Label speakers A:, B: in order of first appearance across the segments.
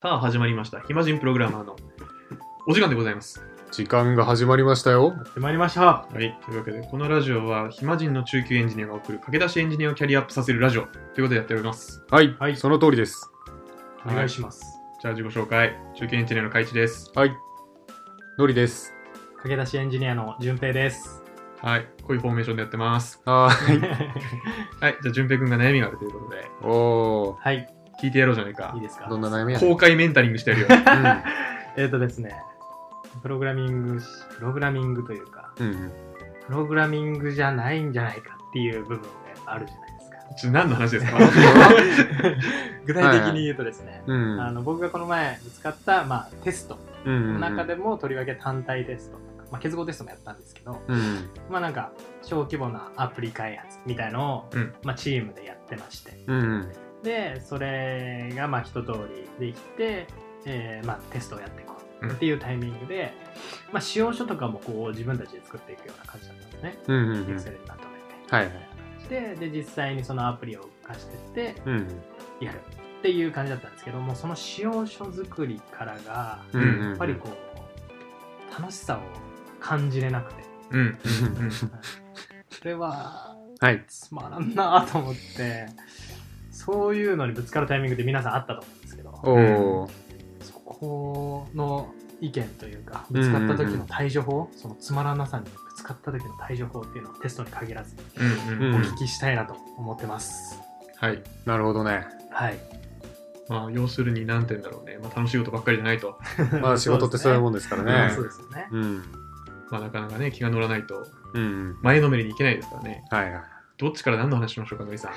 A: さあ始まりました。暇人プログラマーのお時間でございます。
B: 時間が始まりましたよ。
A: 始まりました。はい。というわけで、このラジオは暇人の中級エンジニアが送る駆け出しエンジニアをキャリアアップさせるラジオということでやっております。
B: はい、
C: はい
B: その通りです。
C: お願いします。
A: じゃあ自己紹介、中級エンジニアの海地です。
B: はい。のりです。
C: 駆け出しエンジニアの順平です。
A: はい。こういうフォーメーションでやってます。
B: はーい。
A: はい。じゃあ、淳平くんが悩みがあるということで、
B: おー。
C: はい、
A: 聞いてやろうじゃないか
C: いい。ですか。
B: どんな悩みやねん
A: 公開メンタリングしてやるよ。
C: えっ、とですね、プログラミングし、プログラミングというか、
B: うん。うん。
C: プログラミングじゃないんじゃないかっていう部分であるじゃないですか。
A: ちょ何の話です か
C: 具体的に言うとですね、
B: うん。
C: あの僕がこの前使った、まあ、テスト
B: う
C: の
B: ん。
C: 中でもとりわけ単体テストとか、まあ、結合テストもやったんですけど、
B: うん。
C: まあなんか小規模なアプリ開発みたいのを、
A: うん
C: まあ、チームでやってまして。
B: うん。うん。
C: でそれがまあ一通りできて、えーまあ、テストをやっていこうっていうタイミングで、まあ、仕様書とかもこう自分たちで作っていくような感じだったんですね、
B: うんうんう
C: Excel
B: ん。
C: にまと
B: はいは
C: めて
B: い。
C: でで実際にそのアプリを動かしてって
B: うん。
C: やるっていう感じだったんですけどもその仕様書作りからが
B: うんうんうん。
C: やっぱりこう楽しさを感じれなくて
A: うん。うん。うん
C: それは
B: はい。
C: つまらんなと思ってそういうのにぶつかるタイミングで皆さんあったと思うんですけど
B: おー。
C: そこの意見というか、ぶつかった時の対処法、そのつまらなさにぶつかった時の対処法っていうのをテストに限らず
A: うん。うん
C: お
B: うん
C: 聞きしたいなと思ってます。
A: はい。
B: なるほどね。
C: はい。
A: まあ、要するに何点だろうね。まあ、楽しいことばっかりじゃないと。
B: まあ仕事ってそういうも
C: ん
B: んですから
C: ね。
B: ね
C: そう。ですよね。
B: うん。
A: まあ、なかなかね、気が乗らないと、
B: うん。
A: 前のめりにいけないですからね。
B: はいはい。
A: どっちから何の話しましょうか、のりさん。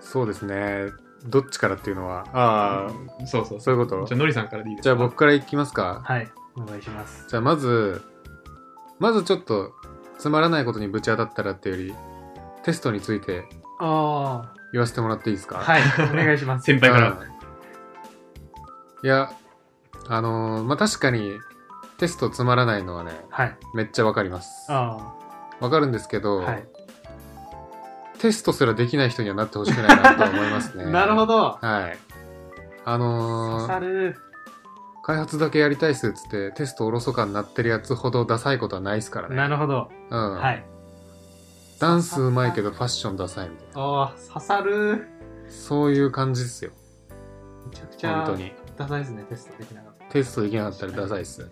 B: そうですね。どっちからっていうのは、あ
A: そうそう
B: あ、
A: そ
B: そういうこ
A: う。
B: と
A: じゃあ、のりさんからでいいですか
B: じゃあ僕。からいきますか。
C: はい。お願いします。
B: じゃあまず、まずちょっとつまらないことにぶち当たったらっていうより、テストについて
C: あ
B: 言わせてもらっていいですか
C: あ。はい。お願いします。
A: 先輩から。
B: うんいや、あのーまあ、確かにテストつまらないのはね、
C: はい。
B: めっちゃわかります。
C: あ
B: わかるんですけ
C: あ。
B: ど、
C: はい。
B: テストすらできない人にはなってほしくないなと思いますね。
C: なる
B: ど。
C: ほど。
B: はい。あ
C: 刺
B: の
C: さ
B: ー
C: る。
B: 開発だけやりたいっすっつってテストおろそかになってるやつほどダサいことはないですからね。
C: なるほど。
B: うん。
C: はい。
B: ダンスうまいけどファッションダサいみたい
C: ああ、刺さる。
B: な。そういう感じですよ。
C: めちゃくちゃ
B: 本当に。
C: ダサいですね、テストできなかった。
B: テストできなかったらダサいっす。
C: めち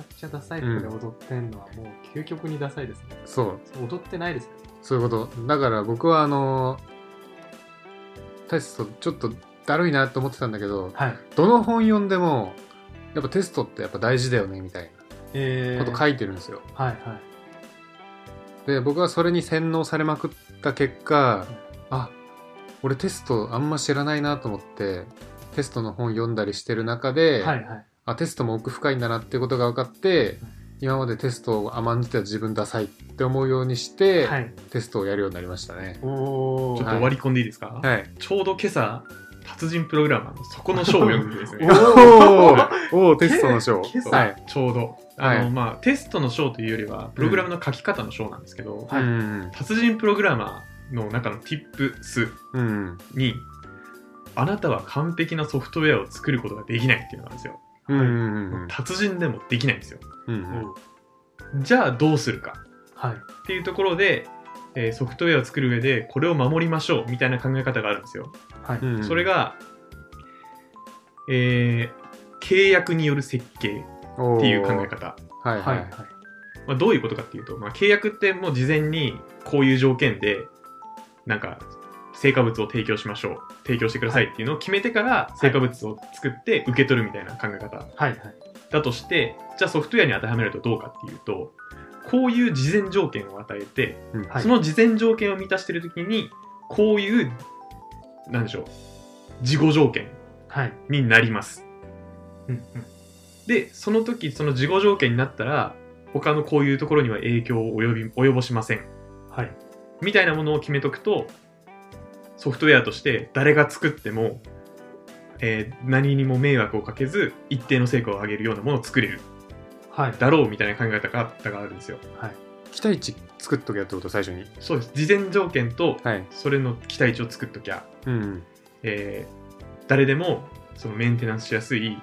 C: ゃくちゃダサい服で踊ってんのはもう究極にダサいですね。
B: そう。
C: 踊ってないですね。
B: そういうこと。だから僕はあのーテストちょっとだるいなと思ってたんだけど、
C: はい。
B: どの本読んでも、やっぱテストってやっぱ大事だよねみたい
C: え
B: なこと書いてるんですよ。
C: はいはい。
B: で、僕はそれに洗脳されまくった結果、あ、俺テストあんま知らないなと思って、テストの本読んだりしてる中で、
C: はいはい。
B: あテストも奥深いんだなっていうことが分かって、今までテストを甘んじてた自分ダサいって思うようにして、
C: はい。
B: テストをやるようになりましたね。
C: お
A: ちょっ
C: ー。
A: と割り込んでいいですか、
B: はい。。
A: ちょうど今朝、達人プログラマーのそこの章を読んでですね
B: おーおーテストの章。
C: 今朝
B: はい。
A: ちょうど。あの、
B: はい
A: まあ、テストの章というよりは、プログラムの書き方の章なんですけど、
C: はい
B: うん
A: 達人プログラマーの中の Tips
B: うんうん。
A: に、あなたは完璧なソフトウェアを作ることができないっていうのがあるんですよ。
B: うんうん
A: 達人でもできないんですよ。
B: うんう
C: うんん
A: じゃあどうするか
C: はい。
A: っていうところで、えーソフトウェアを作る上でこれを守りましょうみたいな考え方があるんですよ。
C: はい。
B: うんうん。
A: それが、えー契約による設計
B: っ
A: っていう考え。方。
B: はい
C: は
B: はいい。
A: まあ、どういうことかっていうと、まあ、契約ってもう事前にこういう条件で、なんか、成果物を提供しましょう。提供してくださいっていうのを決めてから、成果物を作って受け取るみたいな考え方
C: はいはい。
A: だとして、じゃあソフトウェアに当てはめるとどうかっていうと、こういう事前条件を与えて、
B: うん
C: はい
A: その事前条件を満たしてるときに、こういう、なんでしょう、事後条件
C: はい。
A: になります。
C: うんうん。
A: でその時その事後条件になったら他のこういうところには影響を及び及ぼしません
C: はい。
A: みたいなものを決めとくとソフトウェアとして誰が作っても、えー何にも迷惑をかけず一定の成果を上げるようなものを作れる
C: はい。
A: だろうみたいな考え方があるんですよ
B: 期待値作っとけやってこと最初に。
A: そうです事前条件と
B: はい。
A: それの期待値を作っときゃ、
B: うん
A: え誰でもそのメンテナンスしやすい、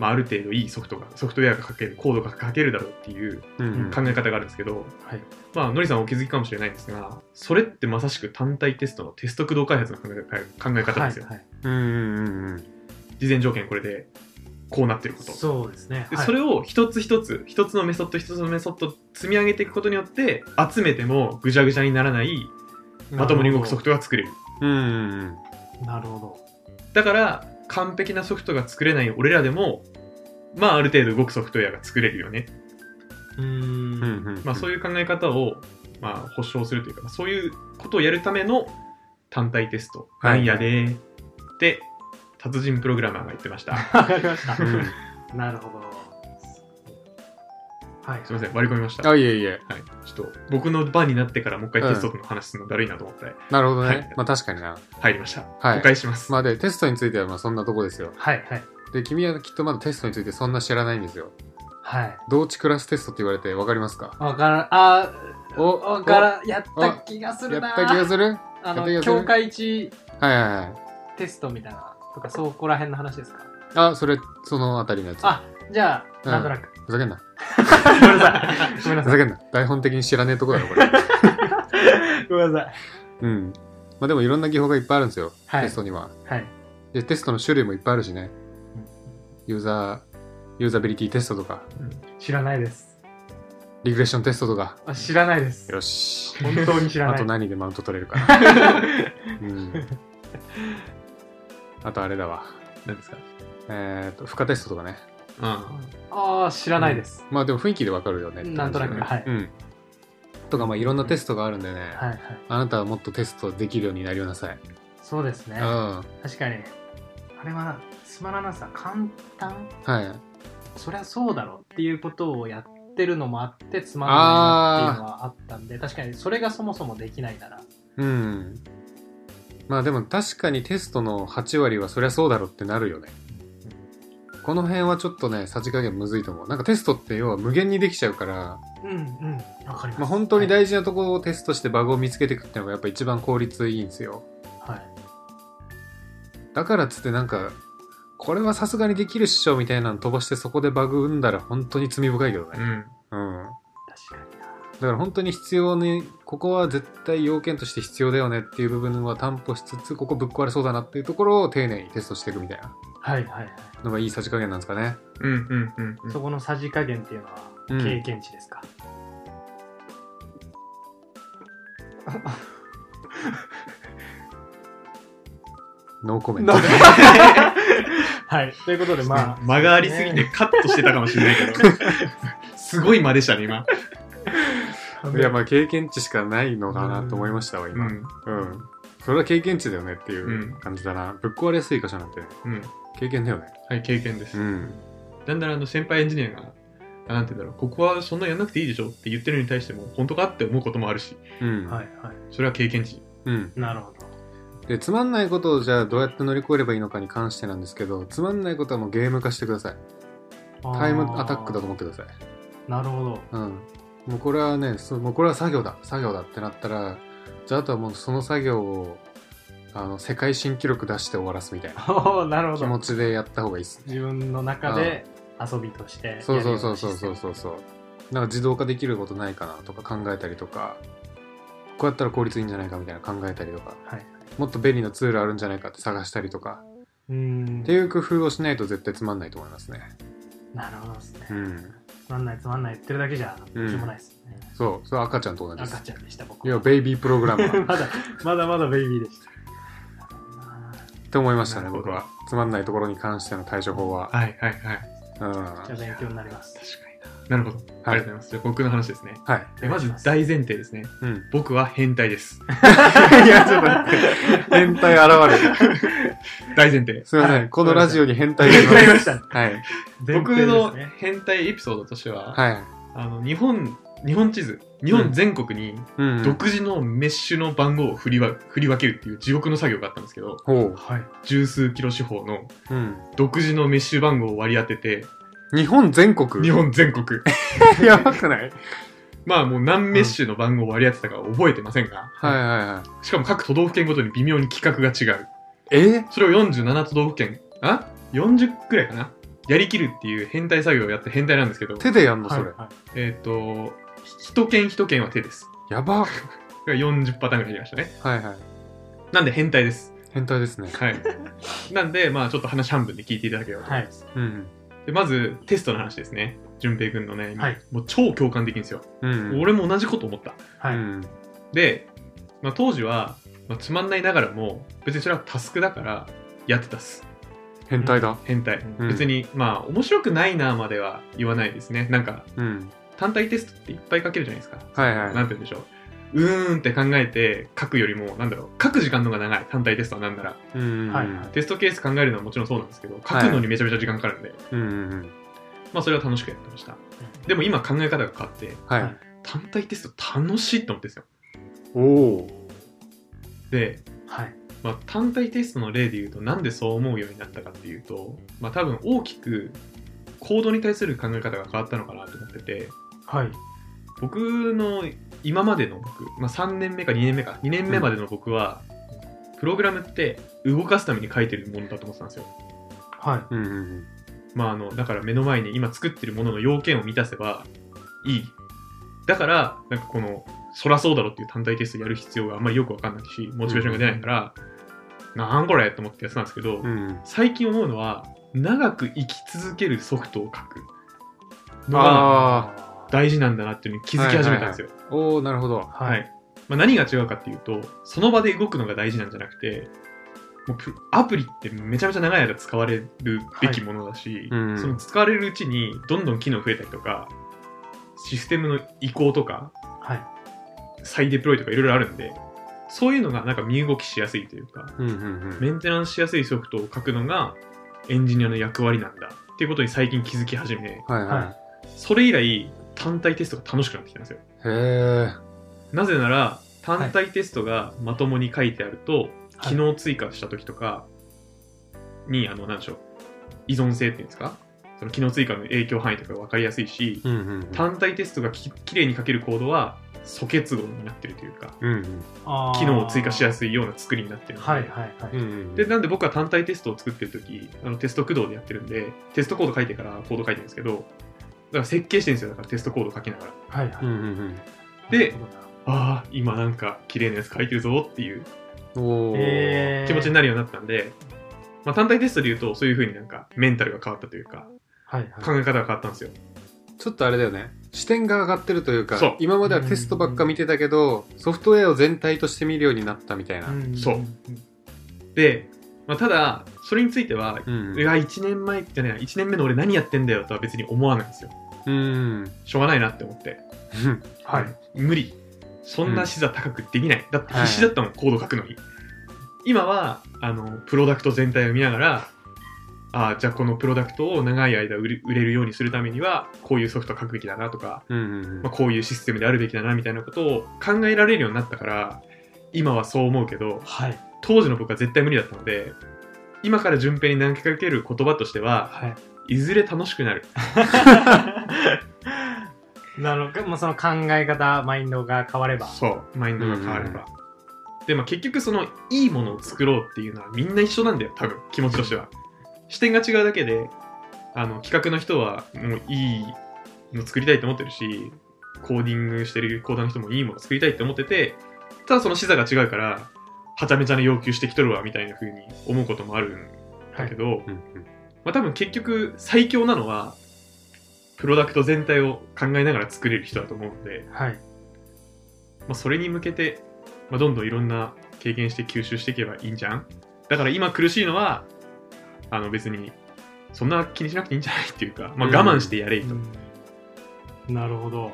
A: まあ、ある程度いいソフトがソフトウェアが書けるコードが書けるだろうっていう
B: うん
A: 考え方があるんですけど、
C: はい
A: まあのりさんお気づきかもしれないんですがそれってまさしく単体テストのテスト駆動開発の考え考え方なんですよ、
C: はいはい
B: うんうんうん
A: 事前条件これでこうなってること
C: そうですね。
A: で
C: はい
A: それを一つ一つ一つのメソッド一つのメソッド積み上げていくことによって集めてもぐちゃぐちゃにならないまともに動くソフトが作れる
B: うんうん
C: なるほど。
A: だから完璧なソフトが作れない俺らでもまあある程度動くソフトウェアが作れるよね、
C: うーん。
B: うんうん
A: まあ、そう
B: いう
A: いう考え方を、まあ、保証するというかそういうことをやるための単体テスト
B: は
A: ないんやでーって達人プログラマーが言ってました
C: わかりました。
B: ん
C: なるほど。はい。
A: すいません割り込みました、
B: あ
A: はい、
B: いえいえ
A: ちょっと僕の番になってからもう一回テストの話するのだるいなと思って
B: なるほどね、
A: はい
B: まあ確かにな
A: 入りました、
B: はい
A: お返しします、
B: まあでテストについてはまあそんなとこですよ
C: はいはい。
B: で君はきっとまだテストについてそんな知らないんですよ
C: はい。
B: 同値クラステストって言われてわかりますか
C: わから、あー、
B: お
C: わから、やった気がす
B: や
C: る
B: っ
C: な
B: た気がする
C: あ
B: やった気が
C: の、
B: する
C: 境界値
B: はいはいはい
C: テストみたいな、とか、そこら辺の話ですか
B: あそれそのあたりのやつ
C: あ、じゃ
B: う
C: あ、
B: ん
C: なん となく。
B: ふざけんな
C: ごめんなさい。ごめんな
B: ふざ
C: さい。
B: けんな台本的に知らねえとこだろこ れ
C: ごめんなさい。
B: うんまあでもいろんな技法がいっぱいあるんですよ、
C: はい
B: テストには
C: はい。
B: でテストの種類もいっぱいあるしねユーザーユーザビリティテストとか
C: 知らないです。
B: リグレッションテストとか
C: あ知らないです。
B: よし
C: 本当に知ら
B: あ
C: ない
B: と。何でマウント取れるかな うんあとあれだわ
A: 何ですか
B: えっ、と負荷テストとかね
A: あ
C: ああ、知らないです。
B: まあでも雰囲気でわかるよねって感じだよね
C: なんとなくはい
B: うんとかまあいろんなテストがあるんでね、
C: はいはい。
B: あなたはもっとテストできるようになりなさい、
C: そうですね
B: うん。は
C: 確かに。あれは、つまらなさ、簡単
B: い
C: そりゃそうだろうっていうことをやってるのもあってつまらないなっていうのはあったんで確かにそれがそもそもできないなら
B: うんまあでも確かにテストの8割はそりゃそうだろってなるよねこの辺はちょっとねさじ加減むずいと思うなんかテストって要は無限にできちゃうから、
C: うんうんわかります
B: まあ、本当に大
C: 事
B: 事なところをテストしてバグを見つけていくっていうのがやっぱ一番効率いいんですよ
C: はい、
B: だからっつってなんかこれはさすがにできるっしょみたいなの飛ばしてそこでバグ生んだら本当に罪深いけど
A: あ
B: ね
A: う、ん
B: うん、だ
C: 確かにな
B: から本当に必要にここは絶対要件として必要だよねっていう部分は担保しつつここぶっ壊れそうだなっていうところを丁寧にテストしていくみたいな
C: はいはいはい、
B: のがいいさじ加減なんですかね
A: うんうんうんうん
C: そこのさじ加減っていうのは
B: うん
C: 経験値ですか、
B: ノーコメント
C: な はいということでまあ
A: 間がありすぎてカットしてたかもしれないけど、すごい間でしたね、今。
B: いやまあ経験値しかないのかなと思いましたわ
A: う
B: 今うん、
A: ん。
B: それは経験値だよねっていうんう感じだな、ぶっ壊れやすい箇所なんて
A: うん。
B: 経験だよね
A: はい、経験です。
B: ん
A: だんだんあの先輩エンジニアが、あなんて言うんだろう、ここはそんなやんなくていいでしょって言ってるのに対しても、本当かって思うこともあるし、
B: うん、
C: はいは
A: それは経験値。
B: うん
C: いなるほ
B: でつまんないことをじゃあどうやって乗り越えればいいのかに関してなんですけどつまんないことはもうゲーム化してください
C: ど
B: タイムアタックだと
C: と
B: 思ってください
C: なるほど
B: うんもうこれはねそうもうこれは作業だ作業だってなったらじゃああとはもうその作業をあの世界新記録出して終わらすみたいな
C: おーなるほ
B: 気
C: ど
B: 持ちでやった方がいいっす
C: 自分の中で遊びとしてやるよ
B: そう
C: な
B: そうそうそうそう
C: システ
B: そうそうなんか自動化できることないかなとか考えたりとかこうやったら効率いいんじゃないかみたいな考えたりとか
C: ムはい
B: もっと便利なツールあるんじゃないかって探したりとか
C: うーん
B: っていう工夫をしないと絶対つまんないと思いますね
C: なるほどですね、
B: うん
C: つまんないつまんない言ってるだけじゃどうしようもないですね、
B: そう、それ赤ちゃんと同じです
C: 赤。ちゃんでした僕
B: いや、
C: は
B: ベイビープログラマーっ
C: まだまだまだベイビーでした
B: て思いました
A: な
B: ね、
A: るほど
B: 僕は。つまんないところに関しての対処法は。
A: はいはいはい。確か
B: うん。
C: じゃあ勉強になります
A: にな。なるほど。ありがとうございます。じゃあ僕の話ですね。
B: はい。
A: えまず大前提ですね。
B: うん。
A: 僕は変態です。
B: いや、ちょっと待って。変態現れる。
A: 大前提。
B: すいませ
C: は
B: ん。
C: い
B: このラジオに変態がい
C: わかり
B: ま。
C: ます した
B: はい。
A: 僕の
C: 前提ですね
A: 変態エピソードとしては、
B: はい。
A: あの日本、日本地図、日本全国に
B: うん。
A: 独自のメッシュの番号を振りわ振り分けるっていう地獄の作業があったんですけど、
B: ほう。
C: はい
A: 十数キロ四方の
B: うん。
A: 独自のメッシュ番号を割り当てて、
B: 日本全国
A: 日。本全国。
B: やばくない
A: まあもう何メッシュの番号を割り当てたかは覚えてませんが、
B: はいはいは
A: しかも各都道府県ごとに微妙に規格が違う。
B: え
A: それを47都道府県、あ ?40 くらいかなやりきるっていう変態作業をやって変態なんですけど、
B: 手でやんの
C: はい
B: それ。
C: はい
A: えっ、と、一県一県は手です。
B: やば。は
A: だから40パターンが入りましたね。
B: いはい。
A: なんで変態です。
B: 変態ですね。
A: はい。なんで、まあちょっと話半分で聞いていただければと思います。
B: うん
A: でまず、テストの話ですね。淳平君のね、
C: はい
A: もう超共感できるんですよ。
B: うん。うん。
A: 俺も同じこと思った。
C: はい
B: うん。
A: で、まあ、当時は、まあ、つまんないながらも、別にそれはタスクだから、やってたっす。
B: 変態だ。
A: 変態。
B: うん
A: 別に、まあ、面白くないなまでは言わないですね。なんか、
B: うん。
A: 単体テストっていっぱい書けるじゃないですか。
B: はいはい。
A: なんて言うんでしょう。うーんって考えて書くよりも、なんだろう、書く時間の方が長い、単体テストはなんなら。
B: うん。
C: はいはい
A: テストケース考えるのはもちろんそうなんですけど、書くのにめちゃめちゃ時間かかるんで、
B: うんうんうん。
A: まあそれは楽しくやってました。でも今考え方が変わって、
B: は
C: はい
B: い。
A: 単体テスト楽しいって思ってるんですよ。
B: おお。
A: で、
C: はい
A: まあ、単体テストの例で言うとなんでそう思うようになったかっていうと、まあ、多分大きく行動に対する考え方が変わったのかなと思ってて
C: はい
A: 僕の今までの僕、まあ、3年目か2年目か2年目までの僕は、プログラムって動かすために書いてるものだと思ってたんですよ、
C: はい
B: うんうんうん。
A: まあ、あのだから目の前に今作ってるものの要件を満たせばいいだからなんかこのそらそうだろっていう単体テストやる必要があんまりよくわかんないしモチベーションが出ないから、なんこれと思ってやってたんですけど、
B: うん。
A: 最近思うのは長く生き続けるソフトを書くのが
B: あ
A: 大事なんだなっていうのに気づき始めたんですよ。
B: あ。おお、なるほど。
A: はいまあ、何が違うかっていうとその場で動くのが大事なんじゃなくてもうプアプリってめちゃめちゃ長い間使われるべきものだし、
B: はいうん
A: その使われるうちにどんどん機能増えたりとかシステムの移行とか
C: はい
A: 再デプロイとかいろいろあるんでそういうのがなんか身動きしやすいというか
B: うんうん
A: メンテナンスしやすいソフトを書くのがエンジニアの役割なんだっていうことに最近気づき始め
B: うん。はい
C: は
B: は
A: それ以来単体テストが楽しくなってきたんですよ
B: い。へえ。
A: なぜなら単体テストがまともに書いてあると、
C: はい
A: 機能追加した時とかに、あの何でしょう依存性っていうんですかその機能追加の影響範囲とかが分かりやすいし
B: うんうんうん。
A: 単体テストがききれいに書けるコードは素結合になってるというか
B: うんうん。
C: あー
A: 機能を追加しやすいような作りになってるので
C: はいはいはい、
B: うんうん。
A: でなんで僕は単体テストを作ってる時あのテスト駆動でやってるんでテストコード書いてからコード書いてるんですけどだから設計してるんですよだからテストコード書きながら
C: はいは
B: う
C: い
B: んうん
A: で
C: なるほどな
A: ああ今なんか綺麗なやつ書いてるぞっていう
B: うん。おお。
C: えー
A: 気持ちになるようになったんで、まあ、単体テストで言うとそういう風になんかメンタルが変わったというか
C: はいはい
A: 考え方が変わったんですよ
B: ちょっとあれだよね。視点が上がってるというか、
A: そう
B: 今まではテストばっか見てたけど、ソフトウェアを全体として見るようになったみたいな。
C: ん
A: そうで、まあ、ただそれについては、
B: うん
A: いや1年前ってね1年目の俺何やってんだよとは別に思わないんですよ
B: うん。
A: しょうがないなって思って
B: うん
C: はい
A: 無理そんな視座高くできない、だって必死だったもん、コード書くのに今はあのプロダクト全体を見ながらああじゃあこのプロダクトを長い間売れ売れるようにするためにはこういうソフト書くべきだなとか、
B: うんうん
A: まあ、こういうシステムであるべきだなみたいなことを考えられるようになったから今はそう思うけど
C: はい
A: 当時の僕は絶対無理だったので今から順平に投げかける言葉としては
C: はい
A: いずれ楽しくなる
C: なるほど、もうその考え方、マインドが変われば。
A: そうマインドが変われば、でまあ結局そのいいものを作ろうっていうのはみんな一緒なんだよ多分気持ちとしては視点が違うだけであの企画の人はもういいの作りたいと思ってるしコーディングしてるコーダーの人もいいもの作りたいって思っててただその視座が違うからはちゃめちゃな要求してきとるわみたいな風に思うこともあるんだけど、
B: うん
A: まあ多分結局最強なのはプロダクト全体を考えながら作れる人だと思うんで、
C: はい。
A: まあ、それに向けて、まあ、どんどんいろんな経験して吸収していけばいいんじゃんだから今苦しいのはあの別にそんな気にしなくていいんじゃないっていうか、まあ、
B: うん
A: 我慢してやれと
C: なるほど。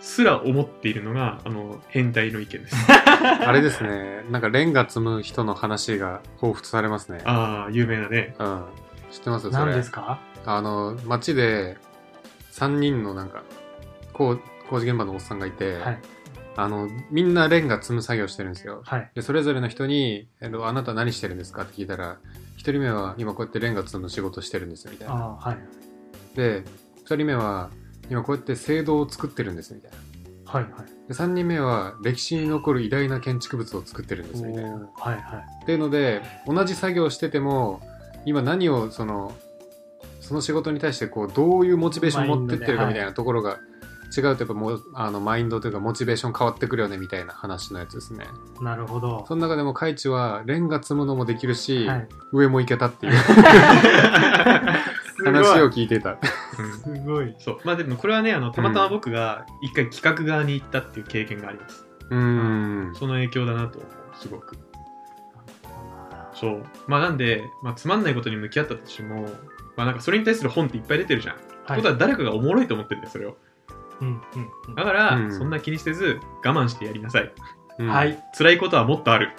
A: すら思っているのがあの変態の意見です
B: あれですね、なんかレンガ積む人の話が彷彿されますね。
A: ああ有名なね
B: うん。知ってますそ
C: 何
B: れ
C: です。か
B: あの、街で3人のなんか、工工事現場のおっさんがいて、
C: はい。
B: あの、みんなレンガ積む作業してるんですよ。
C: はい。
B: でそれぞれの人に、えっと、あなた何してるんですかって聞いたら、1人目は今こうやってレンガ積む仕事してるんですみたい
C: あ
B: な。
C: あ、はい。
B: で、2人目は今こうやって制度を作ってるんですみたいな。
C: はいはい。
B: で3人目は歴史に残る偉大な建築物を作ってるんですみたいな。
C: おーはいはい。
B: っていうので同じ作業してても今何をそのその仕事に対してこうどういうモチベーションを持ってってるか
C: マイ
B: みた
C: ンドで
B: いなところが違うとやっぱもうあのマインドというかモチベーション変わってくるよねみたいな話のやつですね
C: なるほど。
B: その中でもカイチはレンガ積むのもできるし、
C: はい、
B: 上も行けた っていう
C: すごい
B: 話を聞いてた
A: うん
C: すごい。
A: そうまあでもこれはねあのたまたま僕が一回企画側に行ったっていう経験があります、
B: うーん
A: その影響だなと思うすごくそうまあなんで、まあ、つまんないことに向き合ったとしてもまあなんかそれに対する本っていっぱい出てるじゃん、って
C: は
A: ことは誰かがおもろいと思ってるんだよそれを
C: うんうん
A: だから、
B: うん
A: そんな気にせず我慢してやりなさい
B: うん
C: うん、はい。
A: 辛いことはもっとある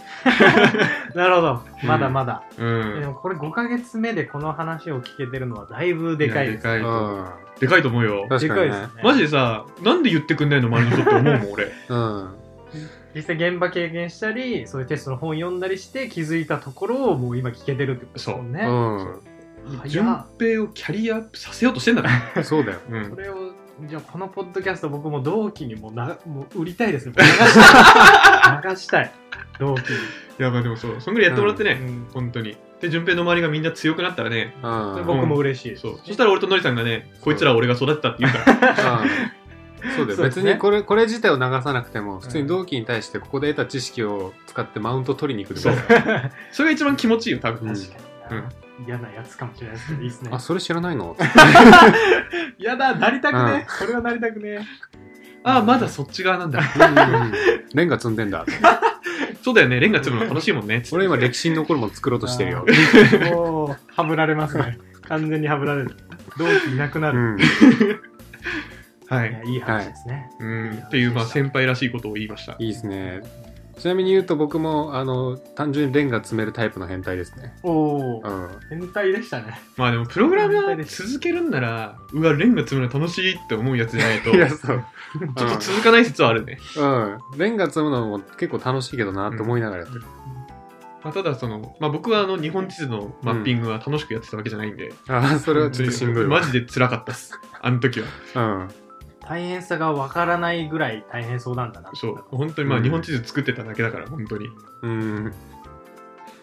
C: なるほど。
B: うん
C: まだまだ。
A: う
C: で
A: ん
C: もこれ5ヶ月目でこの話を聞けてるのはだいぶでかい
A: や
C: で。
A: ですか
B: う
A: い
B: ん
A: と思うでかいと思うよ
B: 確
C: で
B: か
C: かい
B: に
C: で
B: ね
C: すね。
A: マジでさなんで言ってくんないの周りの人って思うもん俺
B: うん
C: 実際現場経験したり、そういうテストの本読んだりして気づいたところをもう今聞けてるってことですもんね。
B: うん
C: 早っ
A: 順平をキャリアアップさせようとしてんだから
B: そうだよ
A: う
C: こ
A: ん
C: れを、じゃあこのポッドキャスト僕も同期にもな、もう売りたい ですね。流したい。流したい。同期
A: いやまあでもそうそんぐらいやってもらってね、
C: に。うん
A: 本当にで順平の周りがみんな強くなったらね
B: うん
C: それ
B: うん
C: 僕も嬉しいです。
A: そうそしたら俺とノリさんがねこいつらは俺が育てたって言うから
B: そうだよ、
C: そうです
B: 別
C: ね
B: にこれこれ自体を流さなくても普通に同期に対してここで得た知識を使ってマウント取りに行くとか、
A: それが一番気持ちいいよ多分、
B: うん
C: 確かにな、嫌なやつかもしれないですけど、いいっすね
B: あ。それ知らないの
C: 嫌だ、なりたくね
B: う
C: え。それはなりたくね
A: ああまだそっち側なんだ
B: レンガ積んでんだ
A: そうだよねレンガ積むの楽しいもんね
B: 俺今歴史に残るもの作ろうとしてるよ、
C: え。もう、はぶられますね。完全にはぶられる。同期いなくな
B: う
C: る。
B: ん、
A: はい
C: や
A: い、
C: いい話ですね。
A: うんっていうまあ先輩らしいことを言いました
B: いいですねちなみに言うと僕もあの単純にレンガ詰めるタイプの変態ですね、
C: おお
B: う、ん、
C: 変態でしたね。
A: まあでもプログラムは続けるんならうわレンガ積むの楽しいって思うやつじゃないと
B: いやそう、
A: ちょっと続かない説はあるね、
B: うん、レンガ積むのも結構楽しいけどなって思いながらやってる、
A: まあ、ただその、まあ、僕はあの日本地図のマッピングは楽しくやってたわけじゃないんで、
B: ああそれはちょっとしんどいわ
A: マジで辛かったっ すあの時は
B: うん
C: 大変さがわからないぐらい大変そうなんだな。
A: そう本当にま
B: う
A: あ
B: ん
A: 日本地図作ってただけだから本当に
B: うん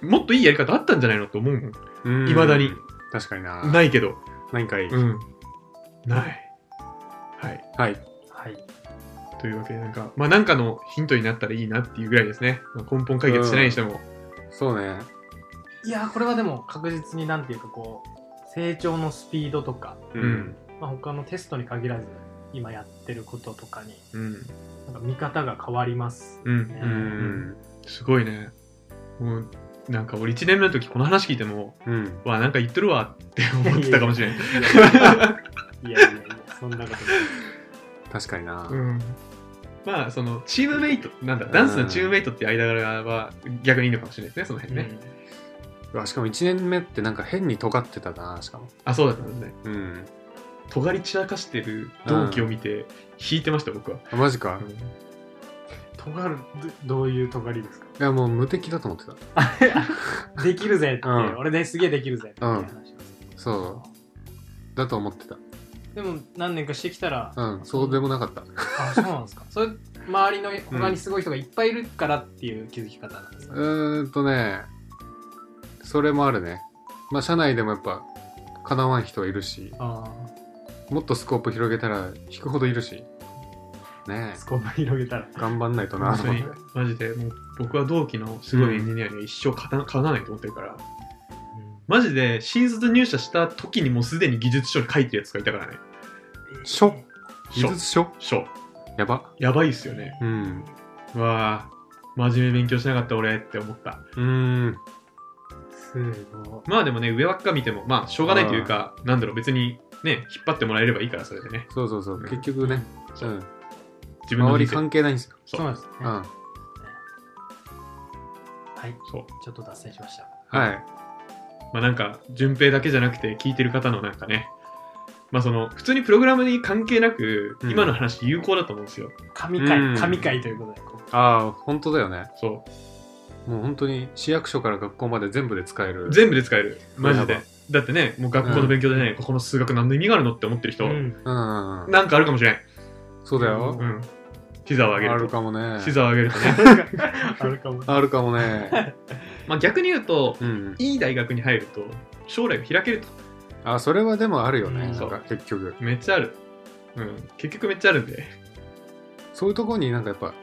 A: もっといいやり方あったんじゃないのと思うもん
B: うん
A: 未だに
B: 確かにな
A: ないけど
B: 何かいい、
A: うんないはい
B: はい
C: はい。
A: というわけでなんかまあなんかのヒントになったらいいなっていうぐらいですね、まあ根本解決してないにしても、
B: そうね
C: いやー、これはでも確実になんていうかこう、成長のスピードとか、
A: うん
C: まあ、他のテストに限らず、今やってることとかに、
A: うん
C: なんか見方が変わります
A: うん、
C: ね。
B: うん
A: すごいねもうなんか俺1年目の時この話聞いても
B: うん
A: わなんか言ってるわって思ってたかもしれない
C: いやいやいや、そんなことない。
B: 確かにな、
A: うんまあそのチームメイトなんだダンスのチームメイトっていう間柄は逆にいいのかもしれないですねその辺ね、
B: うわしかも1年目ってなんか変に尖ってたなしかも
A: あそうだったんですね
B: うん
A: 尖り散らかしてる同期を見て引いてました僕は、
B: あマジか、
A: うん
B: い
C: 尖る、どどういう尖りですか
B: やもう無敵だと思ってた
C: できるぜって、
B: うん
C: 俺ですげえできるぜっていう話をする
B: そうだと思ってた
C: でも何年かしてきたら、
B: うんそうでもなかった
C: あそうなんですかそれ周りの他にすごい人がいっぱいいるからっていう気づき方なんですか、
B: うーんとねそれもあるねまあ社内でもやっぱかなわん人はいるし
C: あ
B: もっとスコープ広げたら引くほどいるしね
C: あスコープ広げたら
B: え頑張んないとな
A: 本
B: と
A: 当
B: 思っ
A: に
B: て
A: マジでもう僕は同期のすごいエンジニアには一生勝た勝たないと思ってるから、マジで新卒入社した時にもうすでに技術書に書いてるやつがいたからね
B: しょ技
A: 書
B: 術書
A: 書
B: やば
A: やばいっすよね
B: うん
A: うわあ真面目勉強しなかった俺って思った
B: うーん
C: すご
A: まあでもね上ばっか見てもまあしょうがないというかなんだろう別にね引っ張ってもらえればいいからそれでね
B: そうそうそう結局ね、う、
A: そうん自分の
B: 周り
A: 人生
B: 関係ないんですよ、
C: いそうなんですね、
B: うん、
C: はい
A: そう
C: ちょっと脱線しました
B: はい
A: まあなんか順平だけじゃなくて聞いてる方のなんかねまあその普通にプログラムに関係なく
B: うん
A: 今の話有効だと思うんですよ、
C: 神
B: うん
C: 回神回ということでこう
B: ああ、本当だよね。
A: そ
B: もう本当に市役所から学校まで全部で使える。
A: う全部で使えるマジ
B: や
A: で
B: ば
A: だってねもう学校の勉強でね、ここの 数学何の意味があるのって思ってる人、
C: うん
B: うんうんうん。
A: なんかあるかもしれん、
B: そうだよ
A: う。ん、ピザをあげ
B: あ
A: る
B: る
A: と。
B: かもね。
A: ピザをあげるとね。
C: あるかも。
B: あるかもね。
A: まあ逆に言うと、
B: うん。
A: いい大学に入ると、将来が開けると。
B: あ、それはでもあるよね。
C: うん
B: なんか結局。
A: めっちゃある。うん。結局めっちゃあるんで。
B: そういうとこになんかやっぱ、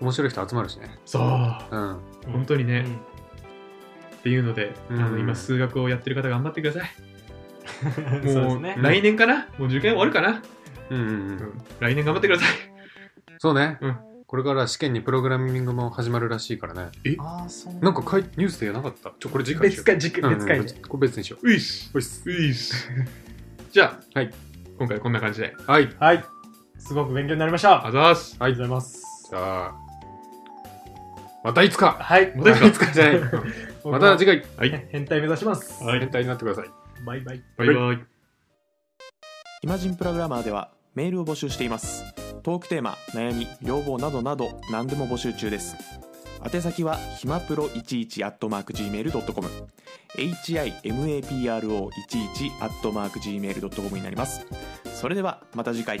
B: 面白い人集まるしね。
A: そう。
B: うん。
A: 本当にね
C: うん
A: っていうので、
B: うん
A: あの今数学をやってる方頑張ってください。
C: そうで
A: も
C: す
A: う
C: ね。
A: 来年かなもう受験終わるかな
B: うんうんうん。
A: うん。来年頑張ってください。
B: そうね、
A: うん
B: これから試験にプログラミングも始まるらしいからね。
C: ああ、そう
B: なんかかいニュースでやらなかった。ちょ、これ次回にしよ
C: 別
B: う。
C: 会、軸
B: うんうん
C: 別会で。
B: これ別にしよ
A: ういっし。
B: う。おいっす
A: ういっし。 じゃあ、
B: はい
A: 今回こんな感じで。
B: はい。じ
C: はい。すごく勉強になりました。
A: あ
C: あ
A: ざーす。
C: りがとうございます。
B: ゃあ、またいつか
C: はい。
A: またいつか
B: いつかじゃ ない。また次回、
A: はい。
C: 変態目指します。
A: はい
B: 変態になってください。
C: バイバイ。
A: バイバイ。
D: イマジンプログラマーではメールを募集していますトークテーマ悩み要望などなど何でも募集中です宛先はひまプロ11 at mark gmail.com himapro11 at mark gmail.com になりますそれではまた次回